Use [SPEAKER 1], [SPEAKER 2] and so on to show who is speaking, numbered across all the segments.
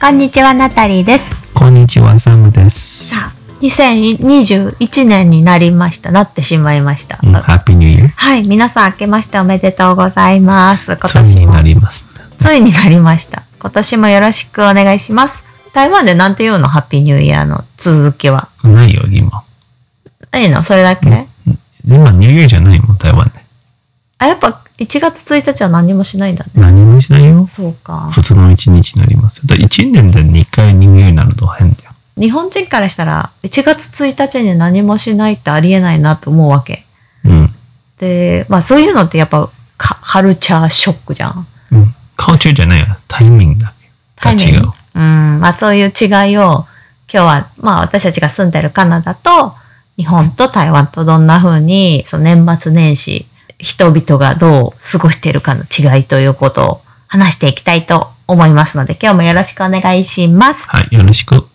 [SPEAKER 1] こんにちは、ナタリーです。
[SPEAKER 2] こんにちは、サムです。
[SPEAKER 1] さあ、2021年になりました。なってしまいました。
[SPEAKER 2] うん、ハッピーニューイヤー。
[SPEAKER 1] はい、皆さん明けましておめでとうございます。今
[SPEAKER 2] つい
[SPEAKER 1] 年
[SPEAKER 2] に
[SPEAKER 1] も
[SPEAKER 2] なります。
[SPEAKER 1] ついになりました。今年もよろしくお願いします。台湾でなんて言うのハッピーニューイヤーの続きは。
[SPEAKER 2] ないよ、今。
[SPEAKER 1] いいのそれだけ、
[SPEAKER 2] 今、ニューイヤーじゃないもん、台湾で。
[SPEAKER 1] あ、やっぱ1月1日は何もしないんだね。
[SPEAKER 2] 何もしないよ。
[SPEAKER 1] そうか。
[SPEAKER 2] 普通の一日になります。だ1年で2回ニューイヤーになると変だよ。
[SPEAKER 1] 日本人からしたら1月1日に何もしないってありえないなと思うわけ。
[SPEAKER 2] うん。
[SPEAKER 1] で、まあそういうのってやっぱカカルチャーショックじゃん。
[SPEAKER 2] うん。カルチャーじゃないよ。タイミングだけ。
[SPEAKER 1] タイミング
[SPEAKER 2] が違う。
[SPEAKER 1] うん、まあそういう違いを今日は、まあ私たちが住んでるカナダと日本と台湾とどんな風にその年末年始人々がどう過ごしているかの違いということを話していきたいと思いますので今日もよろしくお願いします。
[SPEAKER 2] はい、よろしく。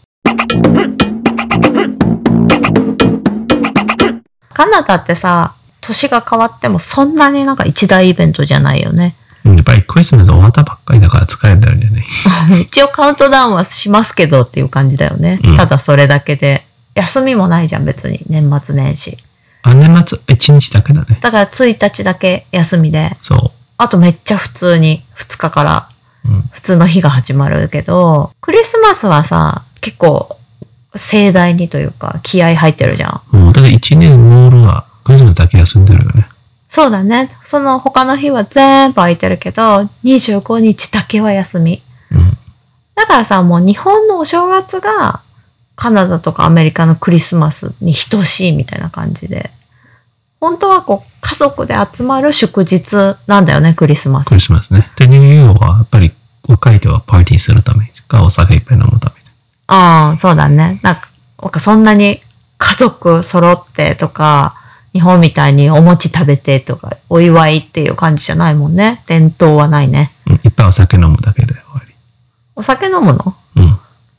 [SPEAKER 1] カナダってさ、年が変わってもそんなになんか一大イベントじゃないよね。
[SPEAKER 2] うんやっぱりクリスマス終わったばっかりだから疲れてるんじゃない
[SPEAKER 1] 一応カウントダウンはしますけどっていう感じだよね。
[SPEAKER 2] うん
[SPEAKER 1] ただそれだけで。休みもないじゃん別に年末年始。
[SPEAKER 2] あ、年末1日だけだね。
[SPEAKER 1] だから1日だけ休みで、
[SPEAKER 2] そ
[SPEAKER 1] あとめっちゃ普通に2日から
[SPEAKER 2] う。うん。
[SPEAKER 1] 普通の日が始まるけど、クリスマスはさ、結構盛大にというか気合入ってるじゃん。
[SPEAKER 2] もう、だから1年オールはクリスマスだけ休んでるよね。
[SPEAKER 1] そうだね。その他の日は全部空いてるけど、25日だけは休み。
[SPEAKER 2] うん。
[SPEAKER 1] だからさ、もう日本のお正月がカナダとかアメリカのクリスマスに等しいみたいな感じで。本当はこう家族で集まる祝日なんだよね、クリスマス
[SPEAKER 2] ク。リスマスね。で、ニューイヤーはやっぱり若い人はパーティーするためか、お酒いっぱい飲むため。
[SPEAKER 1] ああ、そうだね。なんか、なんかそんなに家族揃ってとか、日本みたいにお餅食べてとか、お祝いっていう感じじゃないもんね。伝統はないね。
[SPEAKER 2] うん、いっぱいお酒飲むだけで終わ
[SPEAKER 1] お酒飲むの
[SPEAKER 2] り。うん。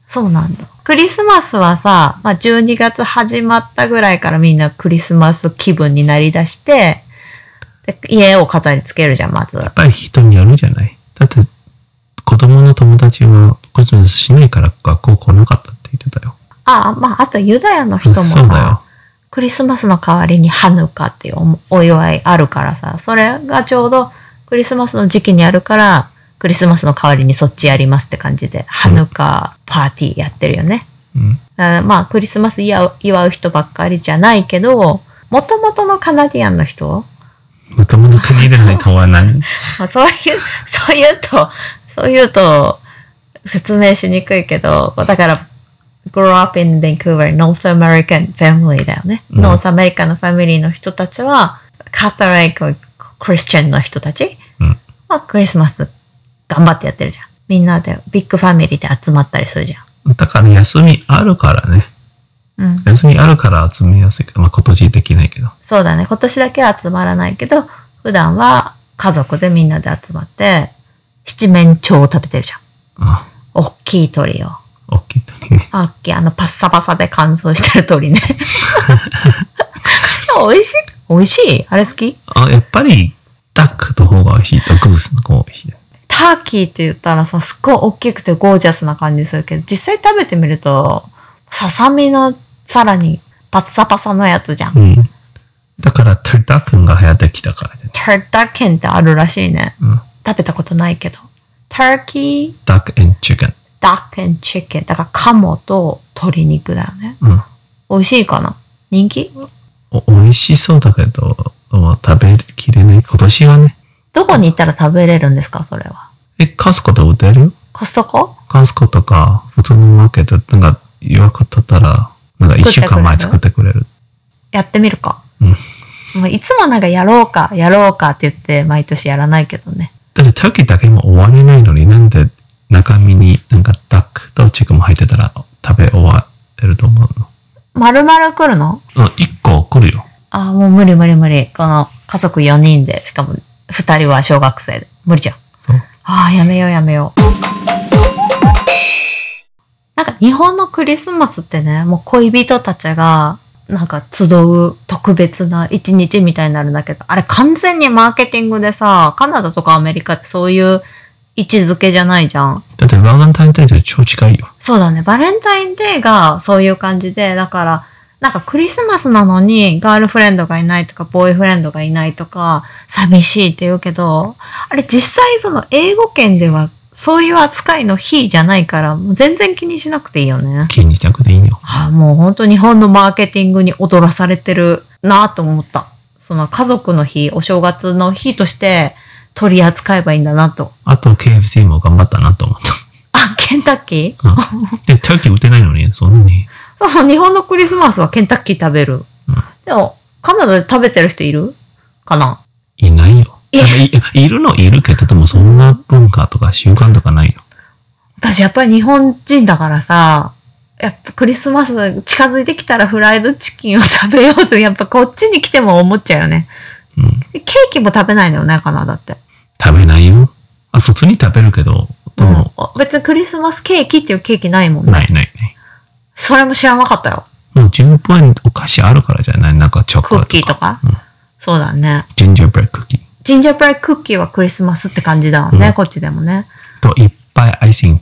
[SPEAKER 1] そうなんだ。クリスマスはさ、まあ、12月始まったぐらいからみんなクリスマス気分になりだして、で家を飾り付けるじゃん、まず。
[SPEAKER 2] やっぱり人によるじゃない。だって、子供の友達はクリスマスしないから学校来なかったって言ってたよ。
[SPEAKER 1] ああ、まあ、あとユダヤの人も
[SPEAKER 2] そうだ
[SPEAKER 1] さ、
[SPEAKER 2] よ。
[SPEAKER 1] クリスマスの代わりにハヌカっていうおお祝いあるからさ、それがちょうどクリスマスの時期にあるから、クリスマスの代わりにそっちやりますって感じで、ハヌカパーティーやってるよね。
[SPEAKER 2] うん。
[SPEAKER 1] だからまあ、クリスマス祝う祝う人ばっかりじゃないけど、もともとのカナディアンの人、
[SPEAKER 2] もともと国でないとはない。
[SPEAKER 1] まあ、そういう、 そういうと、そういうと説明しにくいけど、だから、grow up in Vancouver, North American family だよね。
[SPEAKER 2] うん
[SPEAKER 1] ノースアメリカのファミリーの人たちは、カトリック、クリスチャンの人たち
[SPEAKER 2] うん。
[SPEAKER 1] はクリスマス頑張ってやってるじゃん。みんなでビッグファミリーで集まったりするじゃん。
[SPEAKER 2] だから休みあるからね。
[SPEAKER 1] うん、
[SPEAKER 2] 休みあるから集めやすいけど、まあ今年できないけど。
[SPEAKER 1] そうだね。今年だけは集まらないけど、普段は家族でみんなで集まって、七面鳥を食べてるじゃん。
[SPEAKER 2] あ、
[SPEAKER 1] おっきい鳥を。
[SPEAKER 2] 大きいとね。
[SPEAKER 1] あっけ、あの、パッサパサで乾燥してる鳥ね。 美味しい美味しいあれ好き
[SPEAKER 2] あ、やっぱり、ダックの方が美味しいと、グースの方が美味しいね。
[SPEAKER 1] ターキーって言ったらさ、すっごい大きくてゴージャスな感じするけど、実際食べてみると、ささみのさらにパッサパサのやつじゃん。
[SPEAKER 2] うん。だから、トルダックンが流行ってきたからね。
[SPEAKER 1] タルタケンってあるらしいね。
[SPEAKER 2] うん。
[SPEAKER 1] 食べたことないけど。ターキー、
[SPEAKER 2] ダックンチキン。
[SPEAKER 1] ダックンチキン。だから鴨と鶏肉だよね。
[SPEAKER 2] うん。
[SPEAKER 1] 美味しいかな人気
[SPEAKER 2] お、美味しそうだけど、まあ食べきれない。今年はね。
[SPEAKER 1] どこに行ったら食べれるんですかそれは。
[SPEAKER 2] え、カスコで売ってるよ
[SPEAKER 1] コストコ
[SPEAKER 2] カスコとか、普通のマーケット、なんか、予約取ったら、なんか一週間前作
[SPEAKER 1] 作
[SPEAKER 2] ってくれる。
[SPEAKER 1] やってみるか。
[SPEAKER 2] うん。
[SPEAKER 1] まあ、いつもなんかやろうか、やろうかって言って毎年やらないけどね。
[SPEAKER 2] だって、時だけも終われないのに、なんで中身になんかダックとチキンも入ってたら食べ終われると思うの
[SPEAKER 1] 丸々来るの
[SPEAKER 2] うん、一個来るよ。
[SPEAKER 1] ああ、もう無理無理無理。この家族4人で、しかも2人は小学生で。無理じゃん。
[SPEAKER 2] そう。
[SPEAKER 1] ああ、やめようやめよう。日本のクリスマスってね、もう恋人たちが、なんか集う特別な一日みたいになるんだけど、あれ完全にマーケティングでさ、カナダとかアメリカってそういう位置づけじゃないじゃん。
[SPEAKER 2] だってバレンタインデーと超近いよ。
[SPEAKER 1] そうだね。バレンタインデーがそういう感じで、だから、なんかクリスマスなのにガールフレンドがいないとか、ボーイフレンドがいないとか、寂しいって言うけど、あれ実際その英語圏ではそういう扱いの日じゃないから、もう全然気にしなくていいよね。
[SPEAKER 2] 気にしなくていいよ。
[SPEAKER 1] ああもう本当日本のマーケティングに踊らされてるなと思った。その家族の日、お正月の日として取り扱えばいいんだなと。
[SPEAKER 2] あと KFC も頑張ったなと思っ
[SPEAKER 1] あ、ケンタッキー
[SPEAKER 2] た。うん、で、チャーキー売ってないのに、そんなに。
[SPEAKER 1] そうそう、日本のクリスマスはケンタッキー食べる。
[SPEAKER 2] うん
[SPEAKER 1] でも、カナダで食べてる人いるかない
[SPEAKER 2] ないよ。
[SPEAKER 1] い
[SPEAKER 2] なんかいいるのいるけど、でもそんな文化とか習慣とかないよ。
[SPEAKER 1] 私やっぱり日本人だからさ、やっぱクリスマス近づいてきたらフライドチキンを食べようと、やっぱこっちに来ても思っちゃうよね。
[SPEAKER 2] うん。
[SPEAKER 1] ケーキも食べないのよね、カナダって。
[SPEAKER 2] 食べないよ。あ、普通に食べるけど、でも、
[SPEAKER 1] うん別にクリスマスケーキっていうケーキないもんね。
[SPEAKER 2] ないないない。
[SPEAKER 1] それも知らなかったよ。
[SPEAKER 2] もう10分お菓子あるからじゃないなんかチョコ
[SPEAKER 1] ク
[SPEAKER 2] レ
[SPEAKER 1] ッキ
[SPEAKER 2] ー
[SPEAKER 1] ー
[SPEAKER 2] トと
[SPEAKER 1] と
[SPEAKER 2] か。
[SPEAKER 1] か。
[SPEAKER 2] うん
[SPEAKER 1] そうだね。
[SPEAKER 2] ジンジャーブレッドクッキー。
[SPEAKER 1] ジンジャーブレッドクッキーはクリスマスって感じだもんね、
[SPEAKER 2] うん
[SPEAKER 1] こっちでもね。
[SPEAKER 2] と、いっぱいアイシング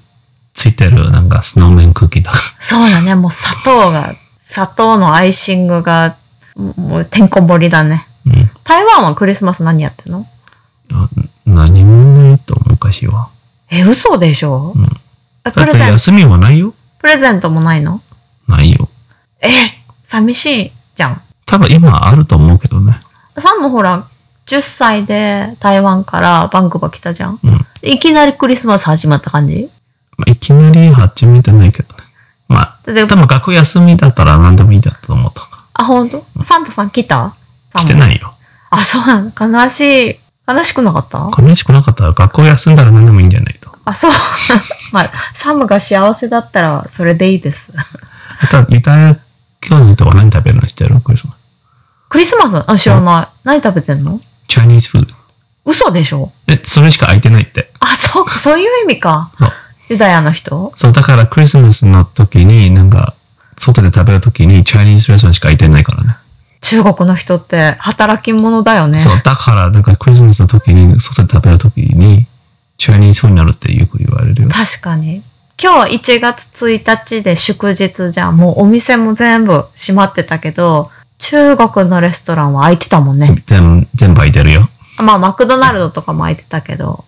[SPEAKER 2] ついてる、なんかスノーメンクッキーとか。
[SPEAKER 1] そうだね、もう砂糖が、砂糖のアイシングが、もうてんこ盛りだね。
[SPEAKER 2] うん。
[SPEAKER 1] 台湾はクリスマス何やってんの
[SPEAKER 2] あ何もないと思う、昔は。
[SPEAKER 1] え、嘘でしょ、
[SPEAKER 2] うん
[SPEAKER 1] えプ
[SPEAKER 2] だっ
[SPEAKER 1] レ
[SPEAKER 2] て
[SPEAKER 1] ゼン
[SPEAKER 2] 休みはないよ。
[SPEAKER 1] プレゼントもないの
[SPEAKER 2] ないよ。
[SPEAKER 1] え、寂しいじゃん。
[SPEAKER 2] 多分今あると思うけどね。
[SPEAKER 1] さんもほら、10歳で台湾からバンクーバー来たじゃん。
[SPEAKER 2] うん。ま
[SPEAKER 1] いきなりクリスマス始まった感じ
[SPEAKER 2] あ、いきなり始めてないけどね。まあ、
[SPEAKER 1] だって
[SPEAKER 2] 多分学校休みだったら何でもいいだと思ったか
[SPEAKER 1] あ、ほんとサンタさん来た。
[SPEAKER 2] ら。来てないいよ。
[SPEAKER 1] あ、そうなの悲しい。悲しくなかった
[SPEAKER 2] 悲しくなかったら学校休んだら何でもいいんじゃないと。
[SPEAKER 1] あ、そう。 まあ、サムが幸せだったらそれでいいです。
[SPEAKER 2] あとは、ユダヤ教の人は何食べるの知ってるクリスマス。
[SPEAKER 1] クリスマスあ、知らない。何食べてんの
[SPEAKER 2] チャイニーズフード。
[SPEAKER 1] 嘘でしょ
[SPEAKER 2] え、それしか空いてないって。
[SPEAKER 1] あ、そうか、そういう意味か。
[SPEAKER 2] そう。
[SPEAKER 1] ユダヤの人
[SPEAKER 2] そう、だからクリスマスの時に、なんか、外で食べる時に、チャイニーズレストランしか空いてないからね。
[SPEAKER 1] 中国の人って働き者だよね。
[SPEAKER 2] そう、だから、なんかクリスマスの時に、外で食べる時に、チャイニーズ風になるってよく言われるよ。
[SPEAKER 1] 確かに。今日1月1日で祝日じゃん。もうお店も全部閉まってたけど、中国のレストランは空いてたもんね。
[SPEAKER 2] 全全部空いてるよ。
[SPEAKER 1] まあ、マクドナルドとかも空いてたけど、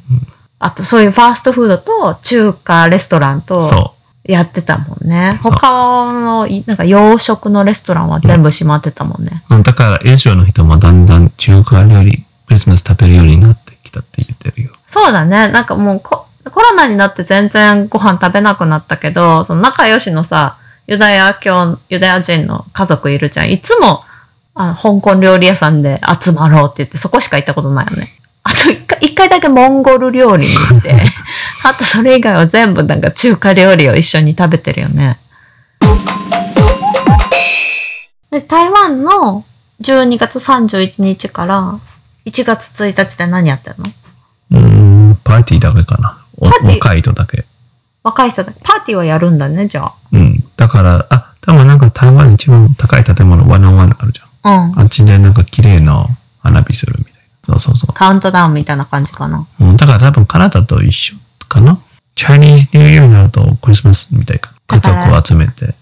[SPEAKER 1] あとそういうファーストフードと中華レストランと
[SPEAKER 2] そ
[SPEAKER 1] やってたもんね。
[SPEAKER 2] そう
[SPEAKER 1] 他の、いなんか洋食のレストランは全部閉まってたもんね。
[SPEAKER 2] ううん。だから、イスラエルの人もだんだん中華料理、クリスマス食べるようになってきたって言ってるよ。
[SPEAKER 1] そうだね。なんかもうココロナになって全然ご飯食べなくなったけど、その仲良しのさ、ユダヤ教、ユダヤ人の家族いるじゃん。いつも、あ香港料理屋さんで集まろうって言って、そこしか行ったことないよね。あと一回、一回だけモンゴル料理に行って、 あとそれ以外は全部なんか中華料理を一緒に食べてるよね。で、台湾の12月31日から1月1日で何やってるの
[SPEAKER 2] うーん、パーティーだけかな。お
[SPEAKER 1] パーティー
[SPEAKER 2] 若い人だけ。
[SPEAKER 1] 若い人だけ。パーティーはやるんだね、じゃ
[SPEAKER 2] うん。だから、あ、多分なんか台湾一番高い建物、ワンオンワンあるじゃん。
[SPEAKER 1] あ。うん。
[SPEAKER 2] あっちでなんか綺麗な花火するみたいな。そうそうそ
[SPEAKER 1] カウントダウンみたいな感じかな。
[SPEAKER 2] う。うん、だから多分カナダと一緒かな。チャイニーズニューイヤーになるとクリスマスみたいか。家族を集めて。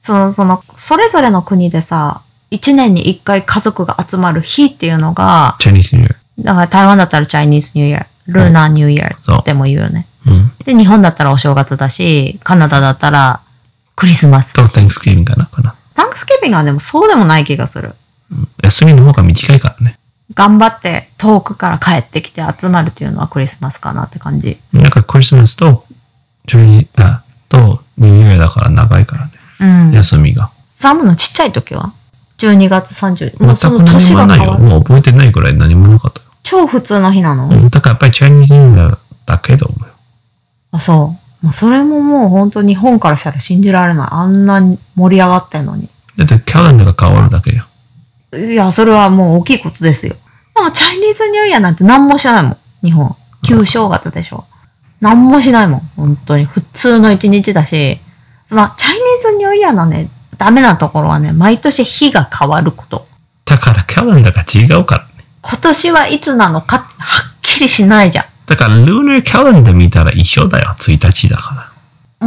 [SPEAKER 1] その、その、それぞれの国でさ、一年に一回家族が集まる日っていうのが、
[SPEAKER 2] チャイニーズニューイ
[SPEAKER 1] だから台湾だったらチャイニーズニューイヤー、ルーナーニューイヤ
[SPEAKER 2] そ
[SPEAKER 1] ー
[SPEAKER 2] う
[SPEAKER 1] っても言うよね。
[SPEAKER 2] ヤー。うん。
[SPEAKER 1] で、日本だったらお正月だし、カナダだったらクリスマス。
[SPEAKER 2] と、Thanksgiving かなかな。
[SPEAKER 1] タンクスギビングはでもそうでもない気がする。
[SPEAKER 2] 休みの方が短いからね。
[SPEAKER 1] 頑張って遠くから帰ってきて集まるっていうのはクリスマスかなって感じ。
[SPEAKER 2] なんかクリスマスと、チャイニーあ、と、ニューイヤーだから長いからね。
[SPEAKER 1] うん。
[SPEAKER 2] 休みが。
[SPEAKER 1] サムのちっちゃい時は ?12 月30も
[SPEAKER 2] 全
[SPEAKER 1] うそ
[SPEAKER 2] く
[SPEAKER 1] の年
[SPEAKER 2] 何も
[SPEAKER 1] が
[SPEAKER 2] ない
[SPEAKER 1] 変
[SPEAKER 2] よ。
[SPEAKER 1] わる。
[SPEAKER 2] もう覚えてないぐらい何もなかったよ。
[SPEAKER 1] 超普通の日なの、
[SPEAKER 2] うん、だからやっぱりチャイニーズニューイヤーだけど思うよ。
[SPEAKER 1] あ、そう。もうそれももう本当日本からしたら信じられない。あんなに盛り上がってんのに。
[SPEAKER 2] だってキャレンダーが変わるだけよ。
[SPEAKER 1] いや、それはもう大きいことですよ。でもチャイニーズニューイヤーなんて何もしないもん。日本。旧正月でしょ。何もしないもん。本当に。普通の一日だし、まあ、チャイニーズニューイヤーのね、ダメなところはね、毎年日が変わること。
[SPEAKER 2] だからカレンダーが違うからね。
[SPEAKER 1] 今年はいつなのか、はっきりしないじゃ
[SPEAKER 2] だから、ルーナーカレンダー見たら一緒だよ。1日だから。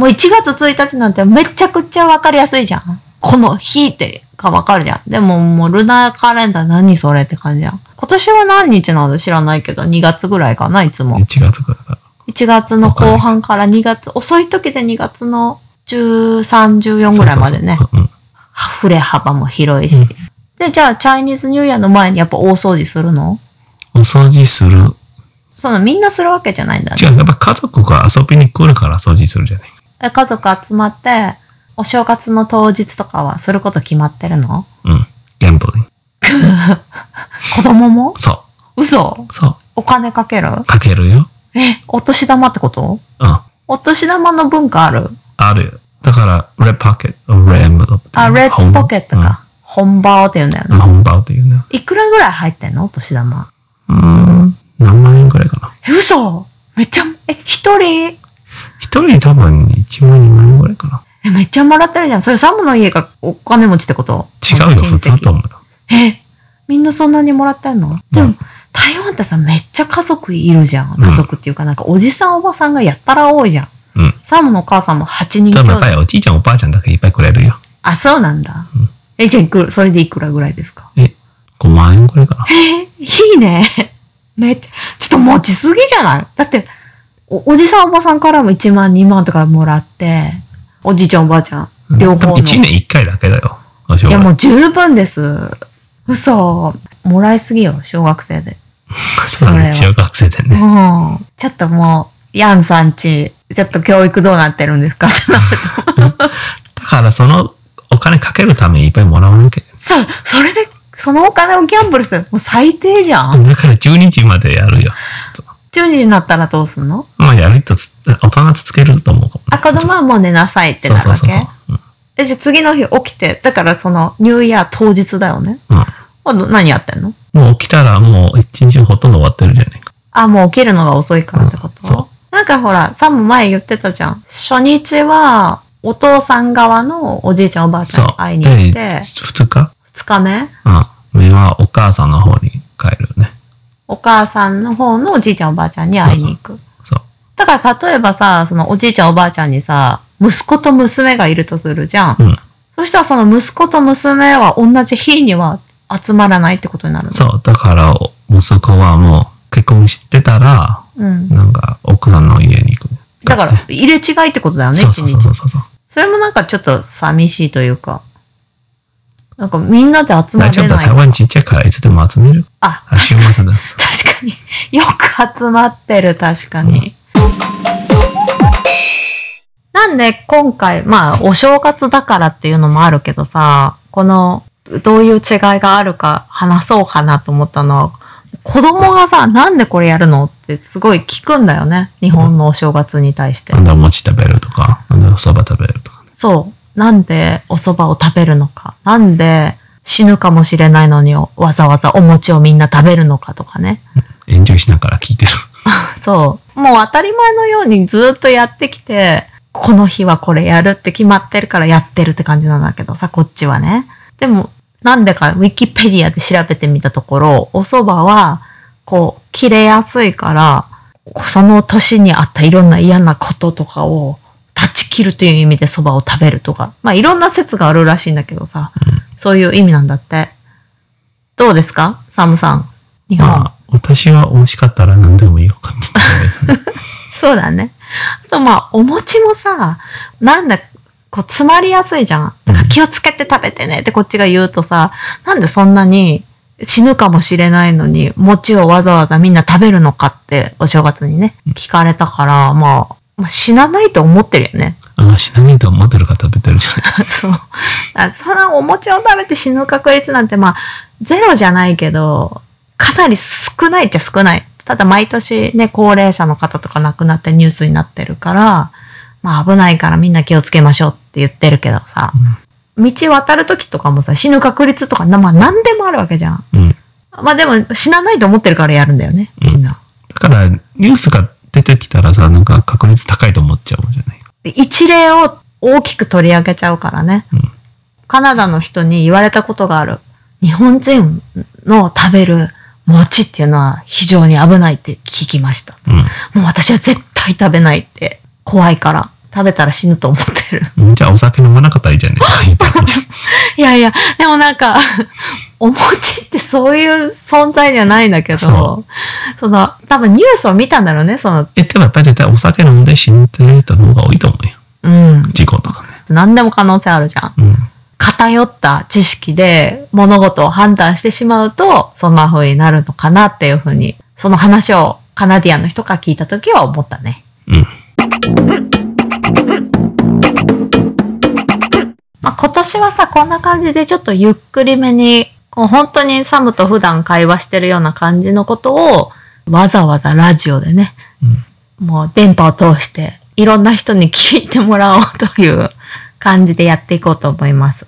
[SPEAKER 1] ん。もう1月1日なんてめちゃくちゃわかりやすいじゃん。この日ってかわかるじゃん。でももうルナーカレンダー何それって感じじゃん。今年は何日なの知らないけど、2月ぐらいかな、いつも。
[SPEAKER 2] 1月からだか
[SPEAKER 1] 1月の後半から2月、遅い時で2月の13、
[SPEAKER 2] ら。
[SPEAKER 1] 14ぐらいまでね。
[SPEAKER 2] そうそうそう
[SPEAKER 1] 触れ幅も広いし。
[SPEAKER 2] うん
[SPEAKER 1] で、じゃあ、チャイニーズニューイヤーの前にやっぱ大掃除するの
[SPEAKER 2] うんお掃除する。
[SPEAKER 1] そのみんなするわけじゃないんだね。
[SPEAKER 2] 違う、やっぱ家族が遊びに来るから掃除するじゃない。
[SPEAKER 1] え家族集まって、お正月の当日とかはすること決まってるの
[SPEAKER 2] うん。全部に。
[SPEAKER 1] 子供も
[SPEAKER 2] そ
[SPEAKER 1] 嘘
[SPEAKER 2] う。そ
[SPEAKER 1] お金かける
[SPEAKER 2] う。かけるよ。
[SPEAKER 1] え、お年玉ってこと
[SPEAKER 2] うん。
[SPEAKER 1] お年玉の文化ある
[SPEAKER 2] あるよ。だから、レッドポケット、レッドエンブロープっていう
[SPEAKER 1] あ、
[SPEAKER 2] の
[SPEAKER 1] レッドポケット。か。本場って言うんだよ
[SPEAKER 2] うん
[SPEAKER 1] ね。
[SPEAKER 2] 本番っていうね。
[SPEAKER 1] いくらぐらい入ってんのお年玉。
[SPEAKER 2] うーん。何万円くらいかな。
[SPEAKER 1] え嘘めっちゃ、え、一人
[SPEAKER 2] 一人多分1万2万円くらいかな。
[SPEAKER 1] え、めっちゃもらってるじゃん。それサムの家がお金持ちってこと
[SPEAKER 2] 違うよ、
[SPEAKER 1] 親戚
[SPEAKER 2] 普通だと思うよ。
[SPEAKER 1] え、みんなそんなにもらってんのでも、台湾ってさ、めっちゃ家族いるじゃん。
[SPEAKER 2] うん
[SPEAKER 1] 家族っていうか、なんかおじさんおばさんがやったら多いじゃん。
[SPEAKER 2] うん。
[SPEAKER 1] サムのお母さんも8人兄
[SPEAKER 2] 多分やっぱ
[SPEAKER 1] 弟。
[SPEAKER 2] りおじいちゃんおばあちゃんだけいっぱいくれるよ。
[SPEAKER 1] あ、そうなんだ。え、じゃあいくら、それでいくらぐらいですか
[SPEAKER 2] え、5万円くらいかな。
[SPEAKER 1] え、いいね。めっちゃ、ちょっと持ちすぎじゃないだってお、おじさんおばさんからも1万2万とかもらって、おじいちゃんおばあちゃん、両方の。
[SPEAKER 2] 1年1回だけだよ。お正
[SPEAKER 1] いや、も
[SPEAKER 2] 月。
[SPEAKER 1] う十分です。嘘。もらいすぎよ、小学生で。
[SPEAKER 2] そうだね、
[SPEAKER 1] それ
[SPEAKER 2] 中学生でね。
[SPEAKER 1] もう、ちょっともう、ヤンさんち、ちょっと教育どうなってるん ですか
[SPEAKER 2] だから、そのお金かけるためにいっぱいもらうわけ。
[SPEAKER 1] そう、それで、そのお金をギャンブルする。もう最低じゃん。
[SPEAKER 2] だから12時までやるよ。
[SPEAKER 1] 10時になったらどうすんの
[SPEAKER 2] まあ、やるとつ、大人つつけると思うかもね。
[SPEAKER 1] あ、子供はもう寝なさいって
[SPEAKER 2] そう
[SPEAKER 1] なる
[SPEAKER 2] そう
[SPEAKER 1] わ
[SPEAKER 2] そう
[SPEAKER 1] け
[SPEAKER 2] そう。うん
[SPEAKER 1] で、じゃあ次の日起きて、だからその、ニューイヤー当日だよね。
[SPEAKER 2] うん
[SPEAKER 1] あの何やってんの
[SPEAKER 2] もう起きたらもう一日ほとんど終わってるじゃないか。
[SPEAKER 1] あ、もう起きるのが遅いからってこと、
[SPEAKER 2] うんそ
[SPEAKER 1] なんかほら、サム前言ってたじゃん。初日は、お父さん側のおじいちゃんおばあちゃん
[SPEAKER 2] そう
[SPEAKER 1] に。会いに行っ
[SPEAKER 2] で
[SPEAKER 1] て、、
[SPEAKER 2] 二日
[SPEAKER 1] 二日目、
[SPEAKER 2] うん。目はお母さんの方に帰るね。
[SPEAKER 1] お母さんの方のおじいちゃんおばあちゃんに会いに行く。
[SPEAKER 2] そう。
[SPEAKER 1] だから例えばさ、そのおじいちゃんおばあちゃんにさ、息子と娘がいるとするじゃん。
[SPEAKER 2] うん。
[SPEAKER 1] そしたらその息子と娘は同じ日には集まらないってことになるの
[SPEAKER 2] そう。だから、息子はもう結婚してたら、
[SPEAKER 1] うん。
[SPEAKER 2] なんか奥さんの家に行く。
[SPEAKER 1] だから、入れ違いってことだよね、
[SPEAKER 2] そうそうそう
[SPEAKER 1] 一
[SPEAKER 2] そ
[SPEAKER 1] 日
[SPEAKER 2] うそう。
[SPEAKER 1] それもなんかちょっと寂しいというか。なんかみんなで集ま
[SPEAKER 2] 大丈
[SPEAKER 1] れ
[SPEAKER 2] 夫だ。
[SPEAKER 1] ない。
[SPEAKER 2] 台湾ちっちゃいからいつでも集める。
[SPEAKER 1] あ、
[SPEAKER 2] あ、週末だ。
[SPEAKER 1] 確かに。 よく集まってる、確かに。なんで今回、まあ、お正月だからっていうのもあるけどさ、この、どういう違いがあるか話そうかなと思ったのは、子供がさ、なんでこれやるのってすごい聞くんだよね。日本のお正月に対して
[SPEAKER 2] な。んだ、餅食べるとか、なんだ、そば食べるとかね。
[SPEAKER 1] そう。なんでお蕎麦を食べるのか。なんで死ぬかもしれないのにわざわざお餅をみんな食べるのかとかね。
[SPEAKER 2] エンジョイしながら聞いてる。
[SPEAKER 1] そう。もう当たり前のようにずっとやってきて、この日はこれやるって決まってるからやってるって感じなんだけどさ、こっちはね。でも、なんでかウィキペディアで調べてみたところ、お蕎麦は、こう、切れやすいから、その年にあったいろんな嫌なこととかを断ち切るという意味で蕎麦を食べるとか。まあ、いろんな説があるらしいんだけどさ、そういう意味なんだって。どうですかサムさん。日本。
[SPEAKER 2] まあ、私は美味しかったら何でもよかっ たと思う。
[SPEAKER 1] そうだね。あとまあ、お餅もさ、なんだ、こう、詰まりやすいじゃん。だから気をつけて食べてねってこっちが言うとさ、なんでそんなに死ぬかもしれないのに、餅をわざわざみんな食べるのかって、お正月にね、聞かれたから、まあ、まあ、死なないと思ってるよね。
[SPEAKER 2] あ、死なないと思ってるから食べてるじゃない。
[SPEAKER 1] そう。あそらお餅を食べて死ぬ確率なんてまあ、ゼロじゃないけど、かなり少ないっちゃ少ない。ただ毎年ね、高齢者の方とか亡くなってニュースになってるから、まあ危ないからみんな気をつけましょうって言ってるけどさ、道渡る時とかもさ、死ぬ確率とか、なまあ何でもあるわけじゃん。
[SPEAKER 2] うん。
[SPEAKER 1] まあでも死なないと思ってるからやるんだよね、みんな。
[SPEAKER 2] だから、ニュースが出てきたらさ、なんか確率高いと思っちゃうじゃない。
[SPEAKER 1] で一例を大きく取り上げちゃうからね。
[SPEAKER 2] うん
[SPEAKER 1] カナダの人に言われたことがある。日本人の食べる餅っていうのは非常に危ないって聞きました。もう私は絶対食べないって。怖いから。食べたら死ぬと思ってる。
[SPEAKER 2] うん。じゃあお酒飲まなかったらいいじゃ んね。言いたいじゃん
[SPEAKER 1] いやいや、でもなんか、 お餅ってそういう存在じゃないんだけど、
[SPEAKER 2] そ
[SPEAKER 1] その、多分ニュースを見たんだろうね、その、
[SPEAKER 2] え、でもやっぱり絶対お酒飲んで死んでる人の方が多いと思うよ。
[SPEAKER 1] うん。
[SPEAKER 2] 事故とかね。
[SPEAKER 1] 何でも可能性あるじゃん。
[SPEAKER 2] うん。
[SPEAKER 1] 偏った知識で物事を判断してしまうと、そんな風になるのかなっていう風に、その話をカナディアンの人から聞いた時は思ったね。
[SPEAKER 2] うん。
[SPEAKER 1] まあ、今年はさ、こんな感じでちょっとゆっくりめに、こう本当にサムと普段会話してるような感じのことを、わざわざラジオでね、もう電波を通して、いろんな人に聞いてもらおうという感じでやっていこうと思います。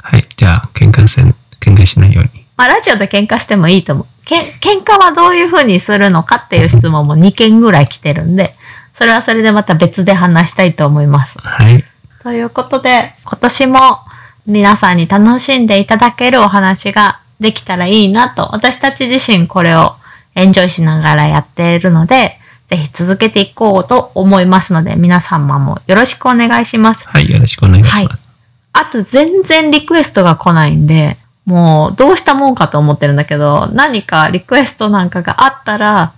[SPEAKER 2] はい。じゃあ、喧嘩せん、喧嘩しないように。
[SPEAKER 1] まあ、ラジオで喧嘩してもいいと思う。けん喧嘩はどういう風にするのかっていう質問も2件ぐらい来てるんで、それはそれでまた別で話したいと思います。
[SPEAKER 2] はい。
[SPEAKER 1] ということで、今年も皆さんに楽しんでいただけるお話ができたらいいなと、私たち自身これをエンジョイしながらやっているので、ぜひ続けていこうと思いますので、皆様もよろしくお願いします。
[SPEAKER 2] はい。よろしくお願いします。
[SPEAKER 1] あと全然リクエストが来ないんで、もうどうしたもんかと思ってるんだけど、何かリクエストなんかがあったら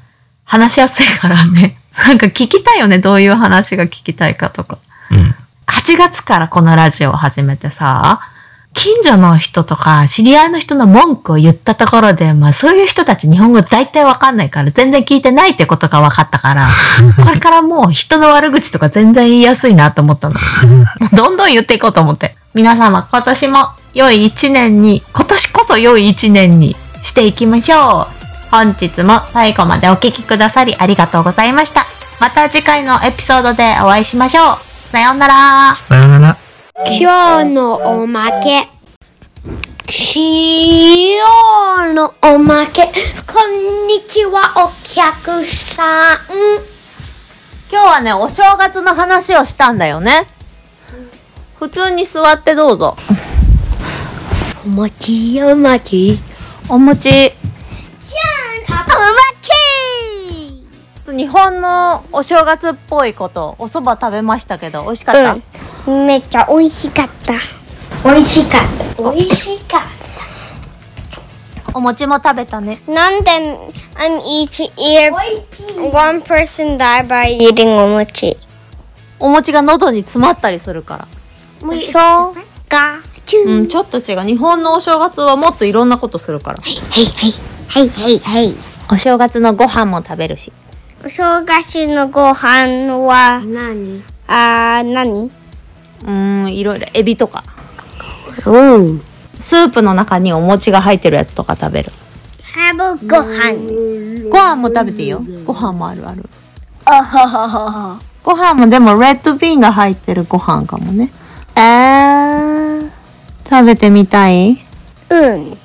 [SPEAKER 1] 話しやすいからね。 なんか聞きたいよね、どういう話が聞きたいかとか。
[SPEAKER 2] うん。
[SPEAKER 1] 8月からこのラジオを始めてさ、近所の人とか知り合いの人の文句を言ったところで、まあそういう人たち日本語大体わかんないから全然聞いてないってことが分かったから、これからもう人の悪口とか全然言いやすいなと思ったの。どんどん言っていこうと思って。皆様今年も良い一年に、今年こそ良い一年にしていきましょう。本日も最後までお聞きくださりありがとうございました。また次回のエピソードでお会いしましょう。さようなら。
[SPEAKER 2] さよなら。
[SPEAKER 3] 今日のおまけ。今日のおまけ。こんにちは、お客さん。
[SPEAKER 1] 今日はね、お正月の話をしたんだよね。普通に座ってどうぞ。
[SPEAKER 3] おまけ、おまけ。
[SPEAKER 1] お餅。
[SPEAKER 3] おまけ
[SPEAKER 1] 日本のお正月っぽいこと、お蕎麦食べましたけど、美味しかった、
[SPEAKER 3] うん、めっちゃ美味しかった。美味しかった。美味しかっ
[SPEAKER 1] お餅も食べたね。
[SPEAKER 3] た。なんで、I'm eating ear. One person die by eating お餅。
[SPEAKER 1] お餅が喉に詰まったりするから。
[SPEAKER 3] お正月。
[SPEAKER 1] うん、ちょっと違う。日本のお正月はもっといろんなことするから。
[SPEAKER 3] はいはい。はいはいはい。
[SPEAKER 1] お正月のご飯も食べるし。
[SPEAKER 3] お正月のご飯は何あー何
[SPEAKER 1] うん、いろいろ。エビとか。
[SPEAKER 3] うん
[SPEAKER 1] スープの中にお餅が入ってるやつとか食べる。
[SPEAKER 3] ハブご飯
[SPEAKER 1] ご飯も食べていいよ。ご飯もあるある。ご飯もでもレッドビーンが入ってるご飯かもね。
[SPEAKER 3] あー
[SPEAKER 1] 食べてみたい
[SPEAKER 3] うん